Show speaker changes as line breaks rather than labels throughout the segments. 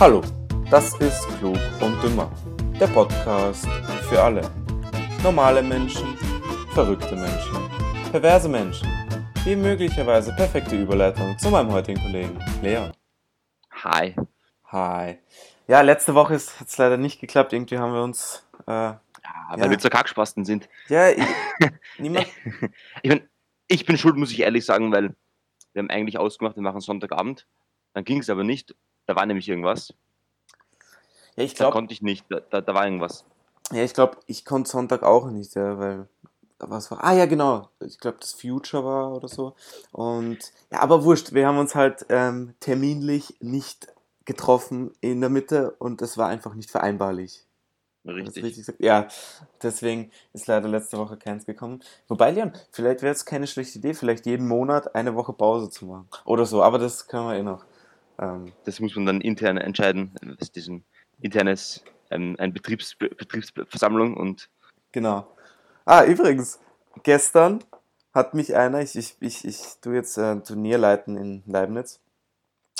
Hallo, das ist Klug und Dümmer, der Podcast für alle. Normale Menschen, verrückte Menschen, perverse Menschen. Die möglicherweise perfekte Überleitung zu meinem heutigen Kollegen Leon.
Hi.
Hi. Ja, letzte Woche ist es leider nicht geklappt. Irgendwie haben wir uns. Äh,
Ja, Ah, weil wir zur Kackspasten sind.
ja, ich, niemand.
Ich mein, ich bin schuld, muss ich ehrlich sagen, weil wir haben eigentlich ausgemacht, wir machen Sonntagabend. Dann ging es aber nicht. Da war nämlich irgendwas.
Ja, ich
Da
glaube,
konnte ich nicht. Da, da, da war irgendwas.
Ja, ich glaube, ich konnte Sonntag auch nicht, ja, weil was war? Ah ja, genau. Ich glaube, das Future war oder so. Und ja, aber wurscht. Wir haben uns halt ähm, terminlich nicht getroffen in der Mitte und es war einfach nicht vereinbarlich. Hab ich das
Richtig.
richtig gesagt? Ja, deswegen ist leider letzte Woche keins gekommen. Wobei, Leon, vielleicht wäre es keine schlechte Idee, vielleicht jeden Monat eine Woche Pause zu machen oder so. Aber das können wir eh noch. Ähm,
Das muss man dann intern entscheiden. Das ist ein internes, ähm, ein Betriebs, Betriebsversammlung und
Genau. Ah, übrigens, gestern hat mich einer, ich, ich, ich, ich tue jetzt äh, ein Turnier leiten in Leibniz.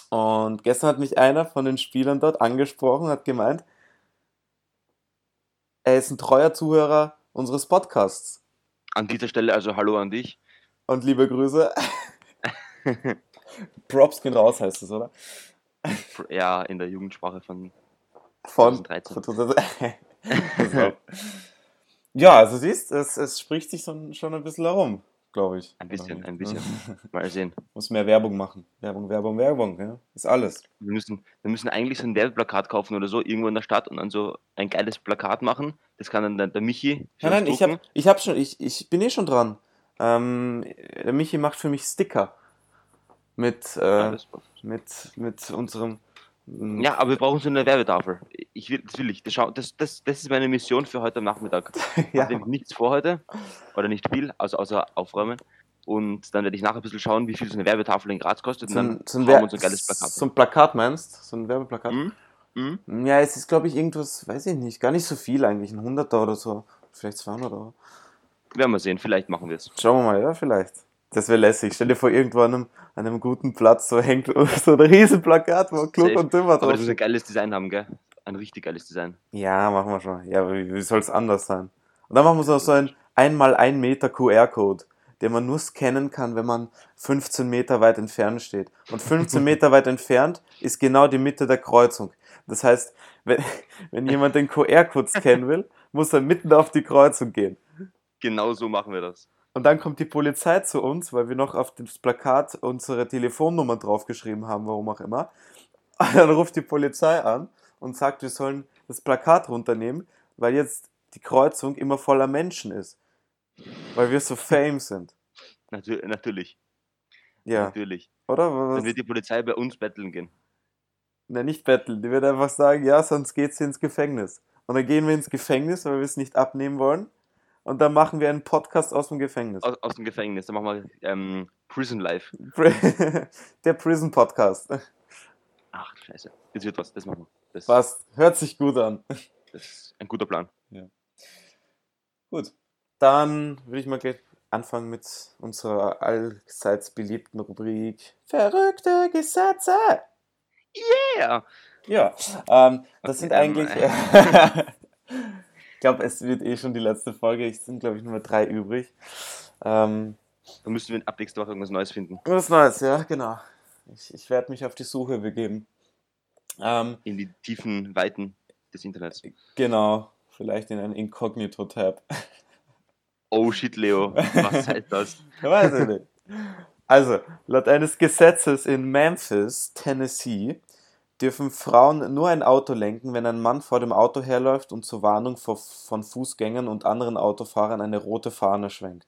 Und gestern hat mich einer von den Spielern dort angesprochen, hat gemeint, er ist ein treuer Zuhörer unseres Podcasts.
an dieser Stelle also Hallo an dich.
Und liebe Grüße. Props gehen raus, heißt es, oder?
Ja, in der Jugendsprache von
Von
2013.
Pass auf. ja, also siehst, es, es spricht sich so, schon ein bisschen herum, glaube ich.
Ein bisschen, ein bisschen. Mal sehen.
Muss mehr Werbung machen. Werbung, Werbung, Werbung, ja. Ist alles.
Wir müssen, wir müssen eigentlich so ein Werbeplakat kaufen oder so, irgendwo in der Stadt und dann so ein geiles Plakat machen. Das kann dann der, der Michi. für
Nein, nein,
uns
ich
drucken.
hab, ich hab schon, ich, ich bin eh schon dran. Ähm, der Michi macht für mich Sticker. Mit,
Ja,
äh,
das-
mit, mit unserem. m,
Ja, aber wir brauchen so eine Werbetafel. Ich will, das will ich. Das, schau- das, das, das ist meine Mission für heute am Nachmittag. Ich
ja.
habe nämlich nichts vor heute oder nicht viel, also außer aufräumen. Und dann werde ich nachher ein bisschen schauen, wie viel so eine Werbetafel in Graz kostet. Und dann
Zum, zum,
haben wir
Wer
uns ein geiles Plakat.
zum Plakat meinst? So ein Werbeplakat?
Hm? Hm?
Ja, es ist, glaube ich, irgendwas, weiß ich nicht, gar nicht so viel eigentlich. Ein Hunderter oder so. Vielleicht 200 Euro.
Werden wir sehen, vielleicht machen wir es.
Schauen wir mal, ja, vielleicht. Das wäre lässig. Stell dir vor, irgendwo an einem, an einem guten Platz so hängt so ein Riesenplakat, wo Klug
Safe.
und Dümmer
Aber
drauf
das muss ein geiles Design haben, gell? Ein richtig geiles Design.
Ja, machen wir schon. Ja, aber wie, wie soll es anders sein? Und dann machen wir so so einen 1x1 Meter QR-Code, den man nur scannen kann, wenn man 15 Meter weit entfernt steht. Und 15 Meter weit entfernt ist genau die Mitte der Kreuzung. Das heißt, wenn, wenn jemand den QR-Code scannen will, muss er mitten auf die Kreuzung gehen.
Genau so machen wir das.
Und dann kommt die Polizei zu uns, weil wir noch auf das Plakat unsere Telefonnummer draufgeschrieben haben, warum auch immer. Und dann ruft die Polizei an und sagt, wir sollen das Plakat runternehmen, weil jetzt die Kreuzung immer voller Menschen ist. Weil wir so fame sind.
Natür natürlich.
Ja,
Natürlich.
oder?
Dann
Was?
wird die Polizei bei uns betteln gehen.
Na, nicht betteln. Die wird einfach sagen, ja, sonst geht's ins Gefängnis. Und dann gehen wir ins Gefängnis, weil wir es nicht abnehmen wollen. Und dann machen wir einen Podcast aus dem Gefängnis.
Aus, aus dem Gefängnis. Dann machen wir ähm, Prison Life.
Der Prison Podcast.
Ach, scheiße. Das wird was. Das machen wir. Das,
Passt. Hört sich gut an.
das ist ein guter Plan.
Gut, dann würde ich mal gleich anfangen mit unserer allseits beliebten Rubrik Verrückte Gesetze.
Yeah!
Ja, ähm, das sind
Okay,
eigentlich. ich glaube, es wird eh schon die letzte Folge. Es sind, glaube ich, nur drei übrig. Ähm,
Dann müssen wir ab nächster Woche irgendwas Neues finden.
was Neues, ja, genau. Ich, ich werde mich auf die Suche begeben. Ähm,
In die tiefen Weiten des Internets.
genau, vielleicht in einen Inkognito-Tab.
Oh shit, Leo. Was heißt das?
Ich weiß es nicht. Also, laut eines Gesetzes in Memphis, Tennessee, dürfen Frauen nur ein Auto lenken, wenn ein Mann vor dem Auto herläuft und zur Warnung vor, von Fußgängern und anderen Autofahrern eine rote Fahne schwenkt.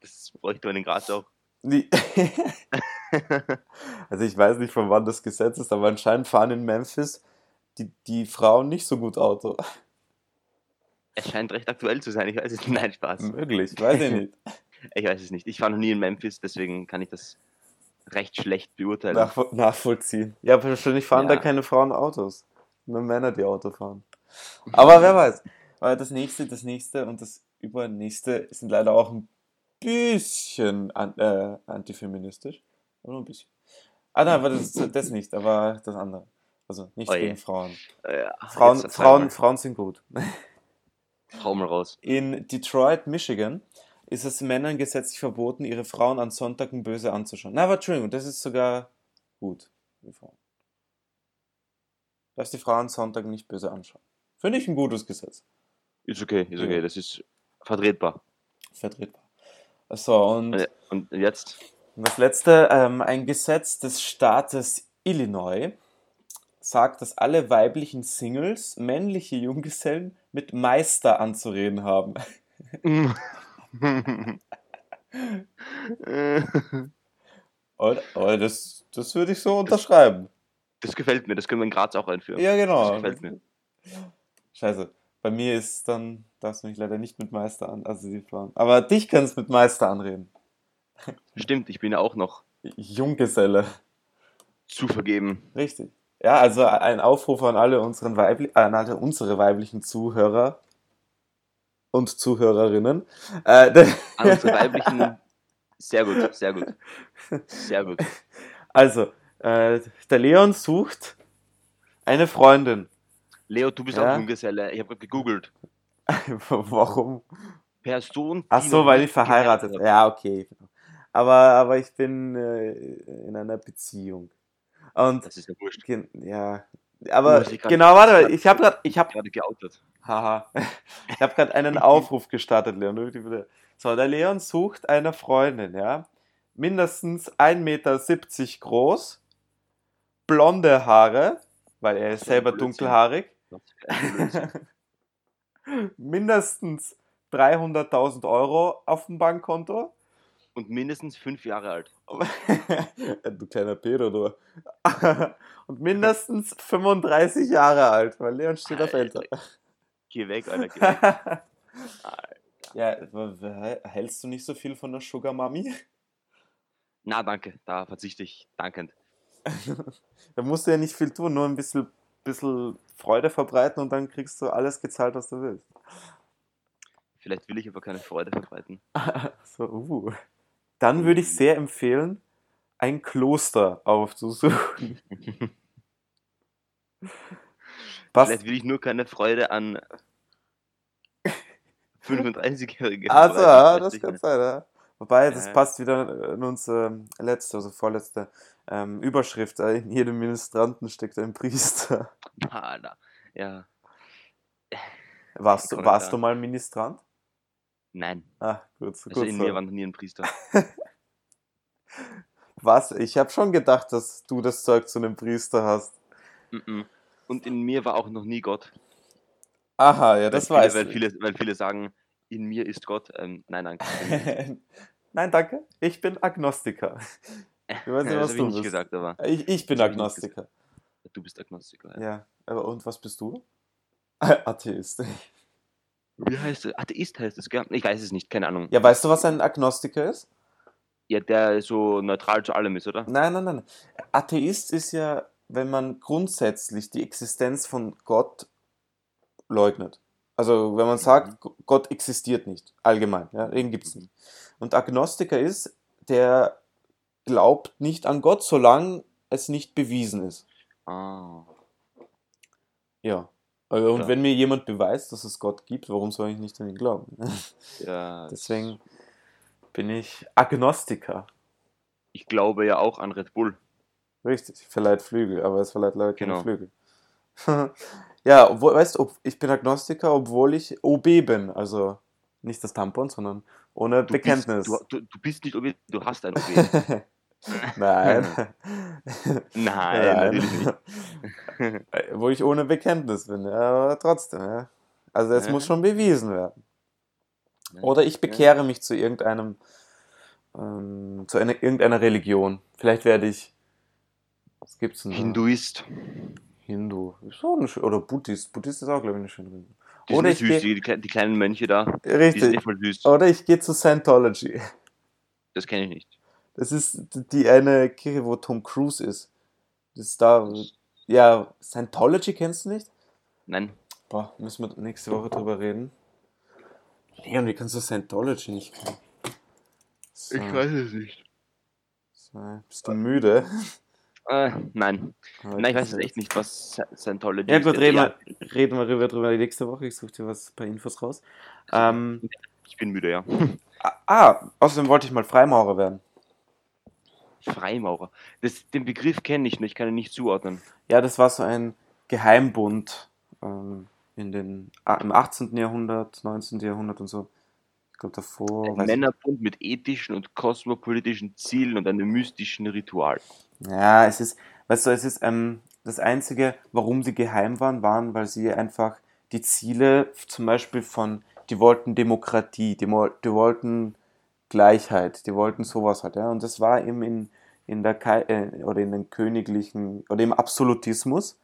Das bräuchte man in Graz auch.
Die- also ich weiß nicht, von wann das Gesetz ist, aber anscheinend fahren in Memphis die, die Frauen nicht so gut Auto.
Es scheint recht aktuell zu sein. Ich weiß es nicht. Nein, Spaß.
Möglich, weiß ich nicht.
Ich weiß es nicht. Ich war noch nie in Memphis, deswegen kann ich das recht schlecht beurteilen.
Nachvo nachvollziehen. Ja, aber wahrscheinlich fahren da
Ja.
keine Frauen Autos. Nur Männer, die Auto fahren.
Mhm.
Aber wer weiß. Aber das nächste, das nächste und das übernächste sind leider auch ein bisschen an, äh, antifeministisch. Aber nur ein bisschen. Ah nein, aber das, das nicht, aber das andere. Also nichts
Oje.
gegen Frauen.
Äh, jetzt
Frauen,
erzähl
Frauen, Frauen sind gut.
Mal. Hau mal raus.
In Detroit, Michigan, ist es Männern gesetzlich verboten, ihre Frauen an Sonntagen böse anzuschauen. Na, aber Entschuldigung, das ist sogar gut. für die Frauen. Darfst die Frauen an Sonntagen nicht böse anschauen. Finde ich ein gutes Gesetz.
Ist okay, ist
Ja.
okay, das ist vertretbar.
Vertretbar. So, und
Äh, Und jetzt?
Und Das letzte, ähm, ein Gesetz des Staates Illinois sagt, dass alle weiblichen Singles männliche Junggesellen mit Meister anzureden haben.
das
Und, oh, das, das würde ich so unterschreiben.
gefällt mir, das können wir in Graz auch einführen.
Ja,
Das
genau.
gefällt mir.
Scheiße. Bei mir ist dann, darfst du mich leider nicht mit Meister an, also die Frauen. Aber dich kannst mit Meister anreden.
Stimmt, ich bin ja auch noch
Junggeselle.
zu vergeben.
Richtig. Ja, also ein Aufruf an alle, unseren Weibli äh, an alle unsere weiblichen Zuhörer und Zuhörerinnen. Äh, d-
An unsere weiblichen. Sehr gut, sehr gut. Sehr gut.
also, äh, der Leon sucht eine Freundin.
Leo, du bist
Ja?
auch Junggeselle. Ich habe gerade gegoogelt.
Warum?
Person. die
Ach so,
noch
weil
nicht
ich verheiratet.
geheiratet
Ja, okay. Aber, aber ich bin äh, in einer Beziehung.
hat.
Und
Das ist ja wurscht.
gen- ja, aber
hast dich grad-
genau, warte, mal, ich habe gerade, ich habe
Gerade geoutet.
Haha. Ich habe gerade einen Aufruf gestartet, Leon. Wirklich bitte. So, der Leon sucht eine Freundin, ja. Mindestens 1,70 Meter groß, blonde Haare, weil er ist
So ein
selber
Blödsinn.
dunkelhaarig.
Das ist ein Blödsinn.
Mindestens 300.000 Euro auf dem Bankkonto.
Und mindestens fünf Jahre alt.
du kleiner Pedo, du. Und mindestens 35 Jahre alt, weil Leon steht auf älter.
Geh weg, Alter. Geh weg.
ja, w- w- hältst du nicht so viel von der Sugar Mami?
Na, danke. Da verzichte ich. Dankend.
Da musst du ja nicht viel tun, nur ein bisschen, bisschen Freude verbreiten und dann kriegst du alles gezahlt, was du willst.
Vielleicht will ich aber keine Freude verbreiten.
so, uh.
Mhm.
Dann würde ich sehr empfehlen, ein Kloster aufzusuchen. Was?
Vielleicht will ich nur keine Freude an 35-Jährigen.
Also, ja,
verbreiten, weißt
das
du,
kann sein, ja. Wobei, das
Ja.
passt wieder in unsere letzte, also vorletzte ähm, Überschrift. äh, In jedem Ministranten steckt ein Priester.
ich meine. Alter. Ah, Ja.
Warst du,
Kommentar.
warst du mal Ministrant?
Nein.
Ah, gut, so
Also
gut.
in mir
So.
war noch nie ein Priester.
Was? Ich habe schon gedacht, dass du das Zeug zu einem Priester hast.
Mhm. Und in mir war auch noch nie Gott.
Aha, ja, das
weil
weiß
viele, weil
ich.
viele, weil viele sagen, in mir ist Gott. Ähm, nein, danke.
Nein, danke. Ich bin Agnostiker. Ich weiß nicht, was
das habe ich
du
nicht
bist.
gesagt, aber
Ich, ich bin
Das hab ich nicht
Agnostiker.
du bist Agnostiker. ja.
Ja. Aber und was bist du? Atheist.
Wie heißt es? Atheist heißt es, gell? Ich weiß es nicht, keine Ahnung.
Ja, weißt du, was ein Agnostiker ist?
Ja, der so neutral zu allem ist, oder?
Nein, nein, nein. Atheist ist ja, wenn man grundsätzlich die Existenz von Gott leugnet. Also wenn man sagt, G- Gott existiert nicht, allgemein, ja, den gibt es nicht. Und Agnostiker ist, der glaubt nicht an Gott, solange es nicht bewiesen ist.
Ah.
Ja. Also, und
Ja.
wenn mir jemand beweist, dass es Gott gibt, warum soll ich nicht an ihn glauben?
Ja,
Deswegen bin ich Agnostiker.
Ich glaube ja auch an Red Bull.
Richtig, ich verleiht Flügel, aber es verleiht leider keine
Genau.
Flügel. ja, obwohl, weißt du, ob, ich bin Agnostiker, obwohl ich OB bin. Also nicht das Tampon, sondern ohne
Du
Bekenntnis.
Bist, du, du, du bist nicht OB, du hast ein OB.
Nein.
Nein, natürlich nicht.
Wo ich ohne Bekenntnis bin, ja, aber trotzdem. Ja. Also es
Ja.
muss schon bewiesen werden. Oder ich bekehre mich zu irgendeinem, ähm, zu einer, irgendeiner Religion. Vielleicht werde ich, was gibt's
Mhm.
denn da?
Hinduist.
Hindu. Ist auch eine schöne, oder Buddhist. Buddhist ist auch, glaube ich, eine schöne Religion.
Die
Oder
Oder
ich
sind süß,
geh-
die, die kle- die kleinen Mönche da. Die sind
Richtig. Oh.
echt voll süß.
Oder ich gehe zu Scientology.
Das kenne ich nicht.
Das ist die eine Kirche, wo Tom Cruise ist. Das ist da. Ja, Scientology kennst du nicht?
Nein.
Boah, müssen wir nächste Woche drüber reden. Leon, wie kannst du Scientology nicht kennen? So,
Ich weiß es nicht.
so. Bist du müde?
Äh, nein. Nein, ich weiß es echt nicht, was Se- Scientology
Ja, gut,
ist.
reden
Ja,
wir, reden wir drüber, drüber die nächste Woche. Ich suche dir was, ein paar Infos raus. Ähm,
Ich bin müde, ja.
ah, ah, außerdem wollte ich mal Freimaurer werden.
Freimaurer. Das, den Begriff kenne ich nicht, kann ihn nicht zuordnen.
Ja, das war so ein Geheimbund ähm, in den, ah, im 18. Jahrhundert, 19. Jahrhundert und so. Ich glaube davor.
Ein
Oh, weiß ich-
Männerbund mit ethischen und kosmopolitischen Zielen und einem mystischen Ritual.
Ja, es ist, weißt du, es ist ähm, das Einzige, warum sie geheim waren, waren, weil sie einfach die Ziele zum Beispiel von, die wollten Demokratie, die, mo- die wollten Gleichheit, die wollten sowas halt, ja. Und das war eben in, in der Kei äh, oder in den königlichen oder im Absolutismus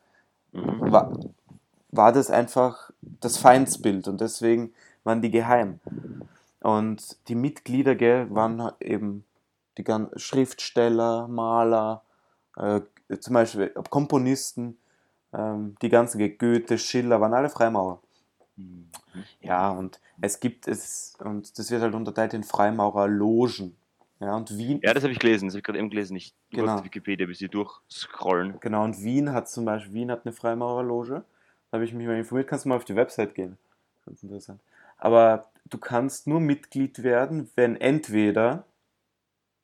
Mhm.
war, war das einfach das Feindsbild und deswegen waren die geheim. Und die Mitglieder gell, waren eben die gan- Schriftsteller, Maler, äh, zum Beispiel Komponisten, ähm, die ganzen Ge- Goethe, Schiller, waren alle Freimaurer.
Mhm.
Ja, und es gibt es, und das wird halt unterteilt in Freimaurerlogen. Ja, und Wien,
Ja, das habe ich gelesen, das habe ich gerade eben gelesen. Ich
Genau.
genau. Wikipedia ein bisschen durchscrollen.
Genau, und Wien hat zum Beispiel, Wien hat eine Freimaurerloge. Da habe ich mich mal informiert, kannst du mal auf die Website gehen. Ganz interessant. Aber du kannst nur Mitglied werden, wenn entweder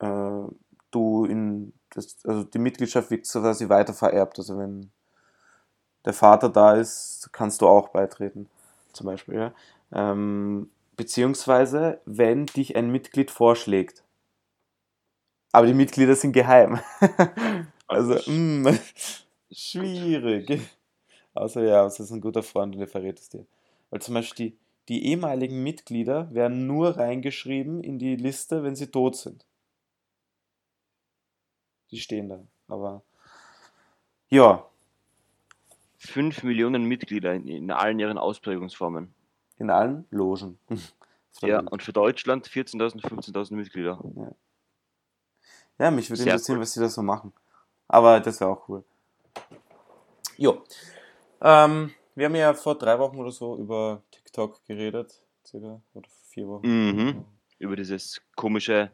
äh, du in das, also die Mitgliedschaft wird so quasi weiter vererbt. Also wenn der Vater da ist, kannst du auch beitreten, zum Beispiel, ja. Ähm, beziehungsweise, wenn dich ein Mitglied vorschlägt. Aber die Mitglieder sind geheim. also,
Das-
mm, schwierig. Außer ja, es ist ein guter Freund und der verrät es dir. Weil zum Beispiel die, die ehemaligen Mitglieder werden nur reingeschrieben in die Liste, wenn sie tot sind. Die stehen da. Aber ja,
Fünf Millionen Mitglieder in, in allen ihren Ausprägungsformen.
in allen Logen. Hm. Auf der
Ja,
Welt.
und für Deutschland 14.000, 15.000 Mitglieder.
Ja, mich würde
Sehr
interessieren, was die da so machen. Aber das wäre auch cool. Jo. Ähm, wir haben ja vor drei Wochen oder so über TikTok geredet. Circa, oder vier Wochen.
Mhm. Über dieses komische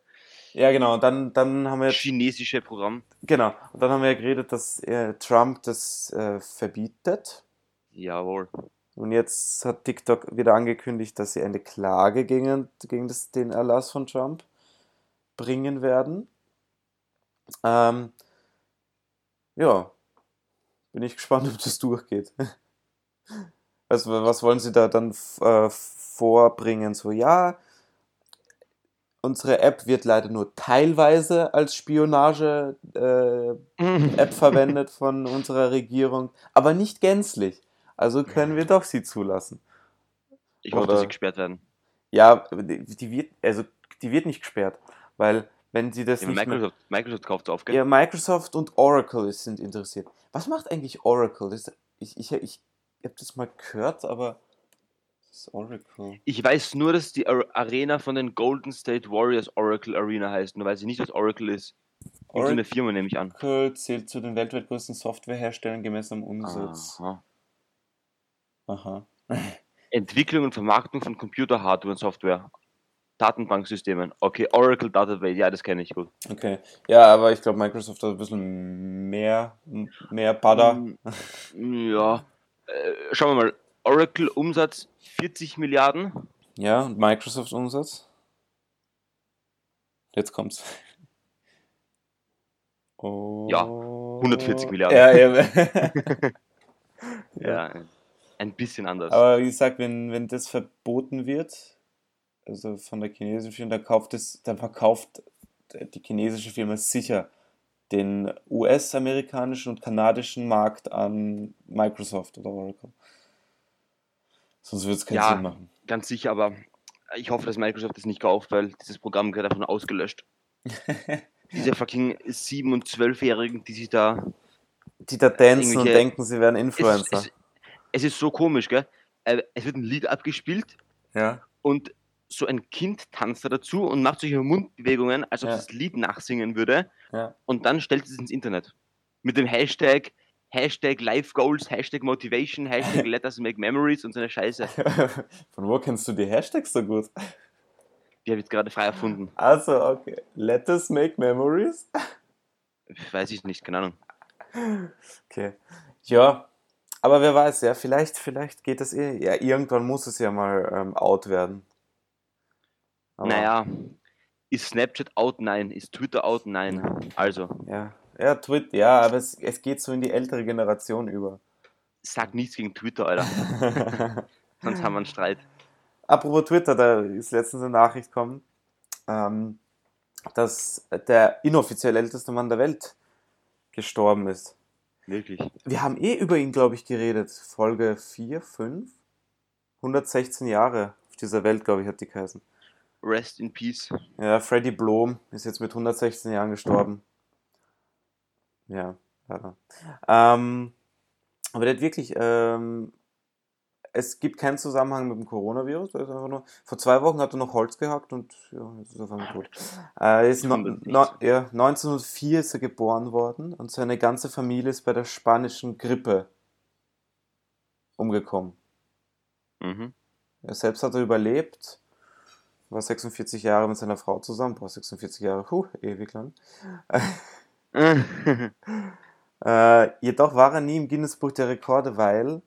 Ja, genau. Und dann, dann haben wir jetzt,
chinesische Programm.
genau. Und dann haben wir ja geredet, dass äh, Trump das äh, verbietet.
Jawohl.
Und jetzt hat TikTok wieder angekündigt, dass sie eine Klage gegen, gegen das, den Erlass von Trump bringen werden. Ähm, ja, bin ich gespannt, ob das durchgeht. Also, was wollen sie da dann äh, vorbringen? So, ja, unsere App wird leider nur teilweise als Spionage äh, App verwendet von unserer Regierung, aber nicht gänzlich. Also können wir doch sie zulassen.
Ich hoffe,
Oder-
dass sie gesperrt werden.
Ja, die, die wird, also die wird nicht gesperrt, weil wenn sie das
Ja,
nicht mehr,
Microsoft, Microsoft kauft auf, gell?
ja, Microsoft und Oracle ist- sind interessiert. Was macht eigentlich Oracle? Das, ich ich, ich habe das mal gehört, aber das ist Oracle.
Ich weiß nur, dass die Ar- Arena von den Golden State Warriors Oracle Arena heißt, nur weil sie nicht was Oracle ist. Irgend so eine
Oracle
Firma nehme ich an.
zählt zu den weltweit größten Softwareherstellern gemessen am Umsatz.
Aha. Ah.
Aha.
Entwicklung und Vermarktung von Computer-Hardware und Software. Datenbanksystemen. Okay, Oracle Database, ja, das kenne ich gut.
Okay. Ja, aber ich glaube, Microsoft hat ein bisschen mehr, mehr Butter.
Mm, Ja. Äh, schauen wir mal. Oracle Umsatz 40 Milliarden.
Ja, und Microsoft-Umsatz? Jetzt kommt's. Oh.
Ja, 140 Milliarden.
Ja, eben.
Ja. ein- ein bisschen anders.
Aber wie gesagt, wenn, wenn das verboten wird, also von der chinesischen Firma, dann kauft es, dann verkauft die chinesische Firma sicher den US-amerikanischen und kanadischen Markt an Microsoft oder Oracle. Sonst würde es keinen
Ja.
Sinn machen.
Ganz sicher, aber ich hoffe, dass Microsoft das nicht kauft, weil dieses Programm gehört davon ausgelöscht. Diese fucking 7- und 12-Jährigen, die sich da.
Die da tanzen und
Irgendwelche-
denken, sie wären
Es,
Influencer.
es, es ist so komisch, gell? Äh, Es wird ein Lied abgespielt
ja.
und so ein Kind tanzt da dazu und macht solche Mundbewegungen, als ob
Ja.
es das Lied nachsingen würde.
Ja.
Und dann stellt sie es ins Internet. Mit dem Hashtag, Hashtag Life Goals, Hashtag Motivation, Hashtag Let Us Make Memories und so eine Scheiße.
Von wo kennst du die Hashtags so gut?
Die habe ich jetzt gerade frei erfunden.
Also, okay. Let us make memories.
Weiß ich nicht, keine Ahnung.
Okay. Ja, aber wer weiß, ja, vielleicht, vielleicht geht es eh. Ja, irgendwann muss es ja mal ähm, out werden. Aber,
Naja, ist Snapchat out? Nein. Ist Twitter out? Nein. Also,
Ja, ja, Twitter, ja, aber es, es geht so in die ältere Generation über.
sag nichts gegen Twitter, Alter. Sonst haben wir einen Streit.
Apropos Twitter, da ist letztens eine Nachricht gekommen, ähm, dass der inoffiziell älteste Mann der Welt gestorben ist.
Wirklich.
Wir haben eh über ihn, glaube ich, geredet. Folge 4, 5? 116 Jahre auf dieser Welt, glaube ich, hat die geheißen.
Rest in peace.
Ja, Freddy Blom ist jetzt mit 116 Jahren gestorben. Ja, leider. Ähm, aber der hat wirklich, ähm, es gibt keinen Zusammenhang mit dem Coronavirus. Er Ist einfach nur, vor zwei Wochen hat er noch Holz gehackt und ja, jetzt ist er auf einmal tot. Äh, er ist
Ich
no,
fand das nicht
no,
so.
ja, 1904 ist er geboren worden und seine ganze Familie ist bei der spanischen Grippe umgekommen.
Mhm.
Er selbst hat er überlebt, war 46 Jahre mit seiner Frau zusammen, boah, 46 Jahre, huh, ewig lang. Äh, jedoch war er nie im Guinness Buch der Rekorde, weil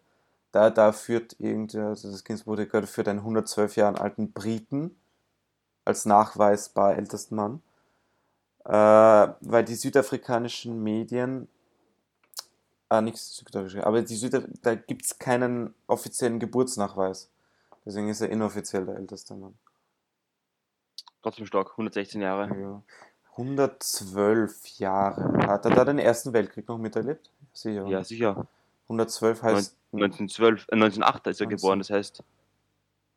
da, da führt irgendwer, also das Guinness Buch der Rekorde führt einen 112 Jahre alten Briten als nachweisbar ältesten Mann, äh, weil die südafrikanischen Medien, ah, nichts südafrikanisch, aber die Südaf da gibt es keinen offiziellen Geburtsnachweis. Deswegen ist er inoffiziell der älteste Mann.
Trotzdem stark. 116 Jahre.
Ja. 112 Jahre. Hat er da den Ersten Weltkrieg noch miterlebt? Sicher.
Ja, sicher.
112
Neun-
heißt
1912, äh, 1908 ist er geboren, das heißt,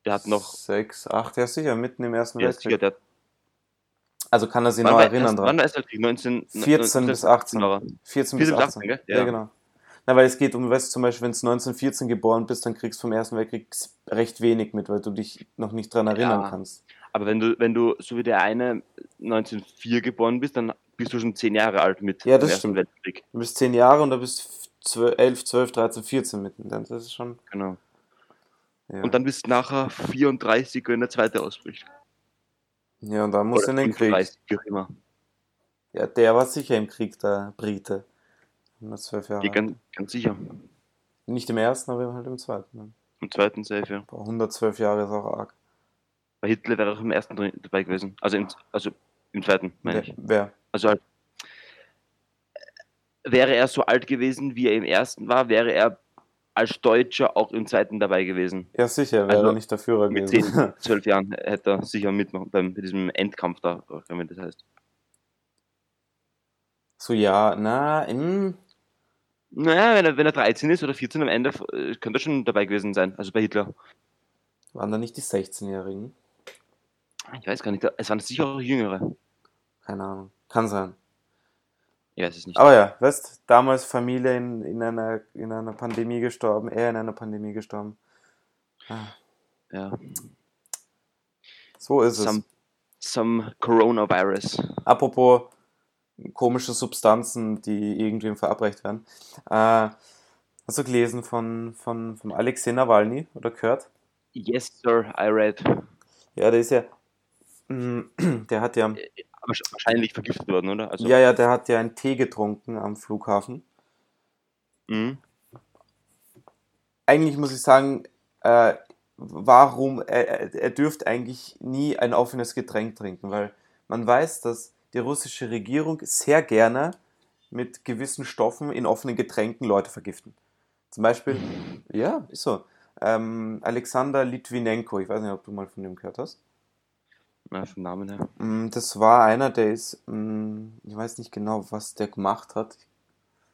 der hat noch.
6, 8, ja sicher, mitten im Ersten
Ja, sicher,
Weltkrieg.
der hat,
Also kann er sich
wann,
noch
war
erinnern
erst, wann
dran.
war erst der Krieg? 19,
14 bis 18.
war er.
14
genau. bis
bis 18,
18, gell?
ja.
Ja.
genau. Na, weil es geht um, weißt du, zum Beispiel, wenn du 1914 geboren bist, dann kriegst du vom Ersten Weltkrieg recht wenig mit, weil du dich noch nicht dran erinnern
Ja.
kannst.
Aber wenn du, wenn du so wie der eine 1904 geboren bist, dann bist du schon 10 Jahre alt mit
Ja, das
dem
stimmt.
Ersten Weltkrieg.
Du bist 10 Jahre und da bist 12, 11, 12, 13, 14 mitten. Dann- Das ist schon.
Genau.
Ja,
Und dann bist du nachher 34, wenn der zweite ausbricht.
ja, und dann musst du in den Krieg.
35, wie auch immer.
Ja, der war sicher im Krieg, der Brite. 112 Jahre.
Ja. Ganz, ganz sicher.
Nicht im ersten, aber halt im zweiten. ne?
Im zweiten Safe, ja.
Boah, 112 Jahre ist auch arg.
Bei Hitler wäre auch im ersten drin- dabei gewesen. Also im, also im zweiten, meine
Wer,
ich.
wer?
Also halt, wäre er so alt gewesen, wie er im ersten war, wäre er als Deutscher auch im zweiten dabei gewesen.
Ja, sicher, wäre
Also,
er nicht der Führer
Mit
gewesen.
10, 12 Jahren hätte er sicher mitmachen, beim, bei diesem Endkampf da, oder wie das heißt.
So, ja, na, mm,
Naja, wenn er, wenn er 13 ist oder 14 am Ende, äh, könnte er schon dabei gewesen sein. Also bei Hitler.
waren da nicht die 16-Jährigen?
Ich weiß gar nicht, es waren sicher auch Jüngere.
Keine Ahnung. Kann sein.
Ich weiß es nicht.
Aber ja, weißt, damals Familie in, in, einer, in einer Pandemie gestorben, er in einer Pandemie gestorben. Ah,
Ja.
So ist es.
Some, some Coronavirus.
Apropos komische Substanzen, die irgendwem verabreicht werden. Äh, hast du gelesen von, von, von Alexei Nawalny oder gehört?
Yes, sir, I read.
Ja, der ist ja. mm, Der hat ja.
Aber sch- wahrscheinlich vergiftet worden, oder? Also,
Ja, ja, der hat ja einen Tee getrunken am Flughafen.
Mhm.
Eigentlich muss ich sagen, äh, warum. Er, er dürfte eigentlich nie ein offenes Getränk trinken, weil man weiß, dass die russische Regierung sehr gerne mit gewissen Stoffen in offenen Getränken Leute vergiften. Zum Beispiel, ja, ist so. Ähm, Alexander Litvinenko, ich weiß nicht, ob du mal von dem gehört hast.
Na, vom Namen her.
Mm, Das war einer, der ist, mm, ich weiß nicht genau, was der gemacht hat.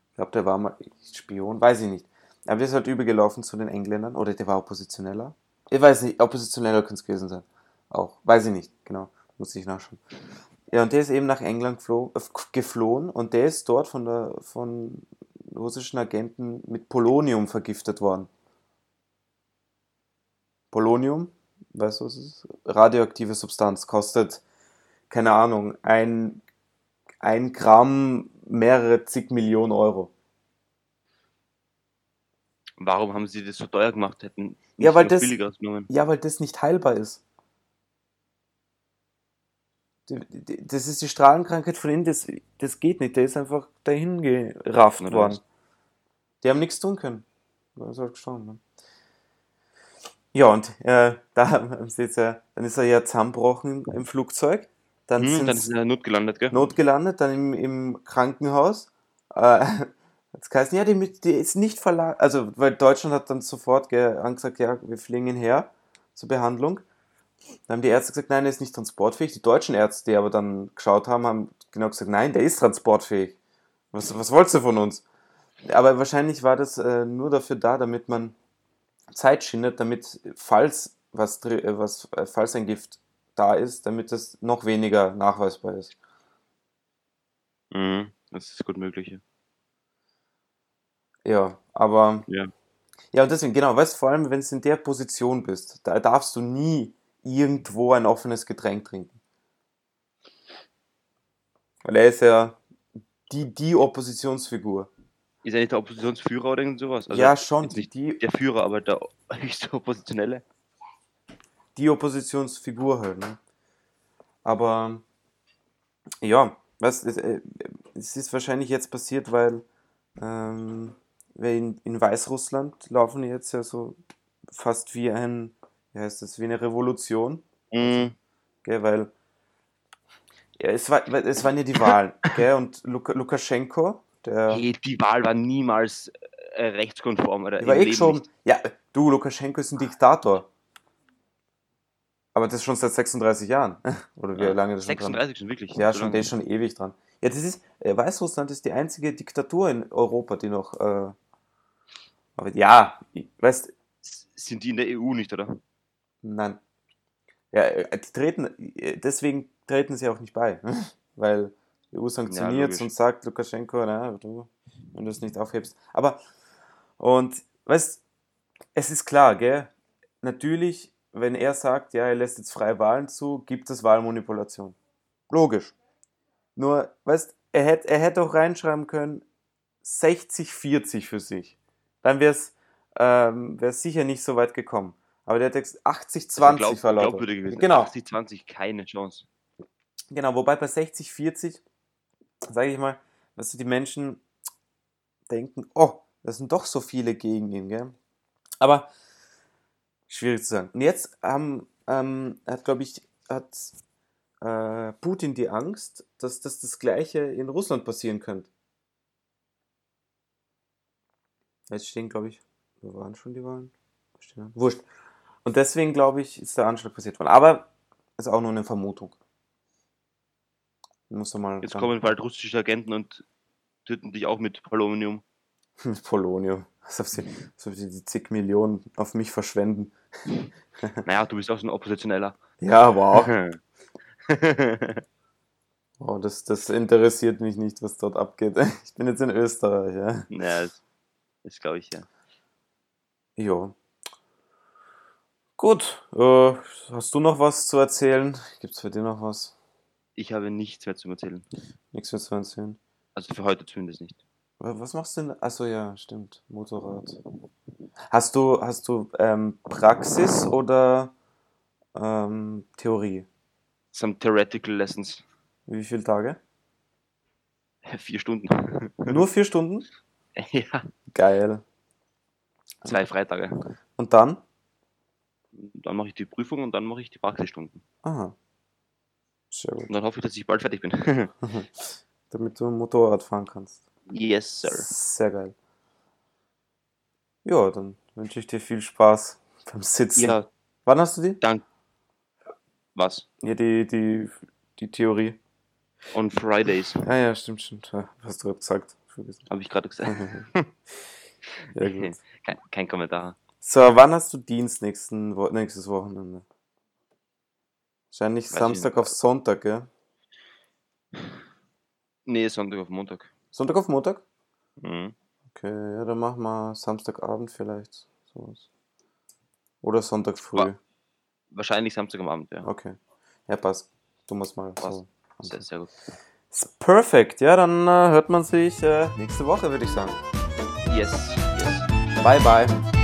Ich glaube, der war mal Spion, weiß ich nicht. Aber der ist halt übergelaufen zu den Engländern oder der war Oppositioneller. Ich weiß nicht, Oppositioneller könnte es gewesen sein. Auch, weiß ich nicht, genau, muss ich nachschauen. Ja, und der ist eben nach England geflo äh, geflohen und der ist dort von, der, von russischen Agenten mit Polonium vergiftet worden. Polonium, weißt du, was es ist? Radioaktive Substanz, kostet keine Ahnung, ein, ein Gramm mehrere zig Millionen Euro.
Warum haben sie das so teuer gemacht? Hätten
Ja, weil
noch
das-
billiger genommen.
Ja, weil das nicht heilbar ist. Die- die- Das ist die Strahlenkrankheit von ihm, das, das geht nicht. Der ist einfach dahin gerafft
Oder
worden.
was?
Die haben nichts tun können. Da ist halt gestorben. Ne? Ja, und äh, da haben sie jetzt, ja- dann ist er ja zusammenbrochen im Flugzeug. Dann
Hm,
sind
dann ist
sie
er in der Not gelandet, gell?
notgelandet, dann im, im Krankenhaus. Äh, jetzt heißen, ja, die, mit- die ist nicht verlagert. Also, weil Deutschland hat dann sofort ge- angesagt, ja, wir fliegen ihn her zur Behandlung. Dann haben die Ärzte gesagt, nein, der ist nicht transportfähig. Die deutschen Ärzte, die aber dann geschaut haben, haben genau gesagt, nein, der ist transportfähig. Was, was wolltest du von uns? Aber wahrscheinlich war das äh, nur dafür da, damit man Zeit schindet, damit, falls was, dr- äh, was äh, falls ein Gift da ist, damit das noch weniger nachweisbar ist.
Mhm, das ist gut möglich. ja.
Ja, aber.
Ja.
Ja, und deswegen, genau, weißt du, vor allem, wenn du in der Position bist, da darfst du nie irgendwo ein offenes Getränk trinken. Weil er ist ja die, die Oppositionsfigur.
Ist er nicht der Oppositionsführer oder irgend sowas? Also
ja, schon,
jetzt nicht-
die,
Der Führer, aber der höchste Oppositionelle.
die Oppositionsfigur halt, ne? Aber, ja, weißt du, es, äh, es ist wahrscheinlich jetzt passiert, weil, ähm, weil in, in Weißrussland laufen jetzt ja so fast wie ein, wie heißt das, wie eine Revolution. Hm.
Mhm.
Gell, weil ja, es, war, weil es waren ja die Wahlen. Gell, und Luk Lukaschenko, der
Hey, die Wahl war niemals äh, rechtskonform. Oder
der war
im
eh
Leben
schon.
nicht.
Ja, du, Lukaschenko ist ein Diktator. Aber das schon seit 36 Jahren. Oder wie
Ja,
lange das schon dran
36 schon wirklich.
Ja, schon,
so lange.
der ist schon ewig dran. Ja, das ist, äh, Weißrussland ist die einzige Diktatur in Europa, die noch. Äh, aber ja, ich- weißt
S- Sind die in der EU nicht, oder?
Nein. Ja, äh, die treten, äh, deswegen treten sie auch nicht bei, weil die EU sanktioniert
logisch.
und sagt Lukaschenko, na, du, wenn du es nicht aufhebst. Aber, und, weißt, es ist klar, gell, natürlich, wenn er sagt, ja, er lässt jetzt freie Wahlen zu, gibt es Wahlmanipulation. Logisch. Nur, weißt, er hätte er hätte auch reinschreiben können, 60-40 für sich. Dann wäre es ähm, wär's sicher nicht so weit gekommen. Aber der hat jetzt 80-20
glaub,
verlautet.
glaubwürdig gewesen.
Genau.
80, 20, keine Chance.
Genau, wobei bei 60, 40, sage ich mal, dass die Menschen denken, oh, das sind doch so viele gegen ihn, gell? Aber schwierig zu sagen. Und jetzt haben, ähm, hat, glaube ich, hat äh, Putin die Angst, dass, dass das Gleiche in Russland passieren könnte. Jetzt stehen, glaube ich, wo waren schon die Wahlen? Wo stehen die? Wurscht. Und deswegen, glaube ich, ist der Anschlag passiert worden. Aber ist auch nur eine Vermutung. Muss doch mal
Jetzt
dann-
kommen bald russische Agenten und töten dich auch mit Polonium.
Mit Polonium. Als ob, sie, als ob sie die zig Millionen auf mich verschwenden.
Naja, du bist auch so ein Oppositioneller.
Ja, wow. wow das, das interessiert mich nicht, was dort abgeht. Ich bin jetzt in Österreich, ja.
naja, das, das glaube ich ja.
Jo. Gut. Äh, hast du noch was zu erzählen? Gibt's für dich noch was?
Ich habe nichts mehr zu erzählen.
Nichts mehr zu erzählen.
Also für heute zumindest nicht.
Wa- Was machst du denn? Achso, ja, stimmt. Motorrad. Hast du, hast du ähm, Praxis oder ähm, Theorie?
Some theoretical lessons.
Wie viele Tage?
Vier Stunden.
Nur vier Stunden?
ja,
Geil.
zwei Freitage.
Und dann?
Dann mache ich die Prüfung und dann mache ich die Praxisstunden.
Aha. Sehr gut. Mhm.
Und dann hoffe ich, dass ich bald fertig bin.
Damit du Motorrad fahren kannst.
yes, sir.
Sehr geil. Ja, dann wünsche ich dir viel Spaß beim Sitzen.
Ja,
Wann hast du die?
was?
Ja, die, die, die Theorie.
On Fridays,
Ja, Ah ja, stimmt, stimmt. Ja, hast du gesagt. Vergessen.
habe ich gerade gesagt.
Ja, gut.
Kein, kein Kommentar.
So, wann hast du Dienst nächsten, Wo- nächstes Wochenende? Wahrscheinlich
Weiß ich
Samstag
nicht.
auf Sonntag, gell?
Nee, Sonntag auf Montag.
Sonntag auf Montag?
Mhm.
Okay, ja, dann machen wir Samstagabend vielleicht. Sowas. Oder Sonntag früh.
Wa- Wahrscheinlich Samstag am Abend, ja.
Okay. Ja, passt. Du musst mal.
Passt.
So.
Sehr, sehr gut.
Ist perfekt. Ja, dann äh, hört man sich äh, nächste Woche, würde ich sagen.
Yes, yes.
Bye, bye.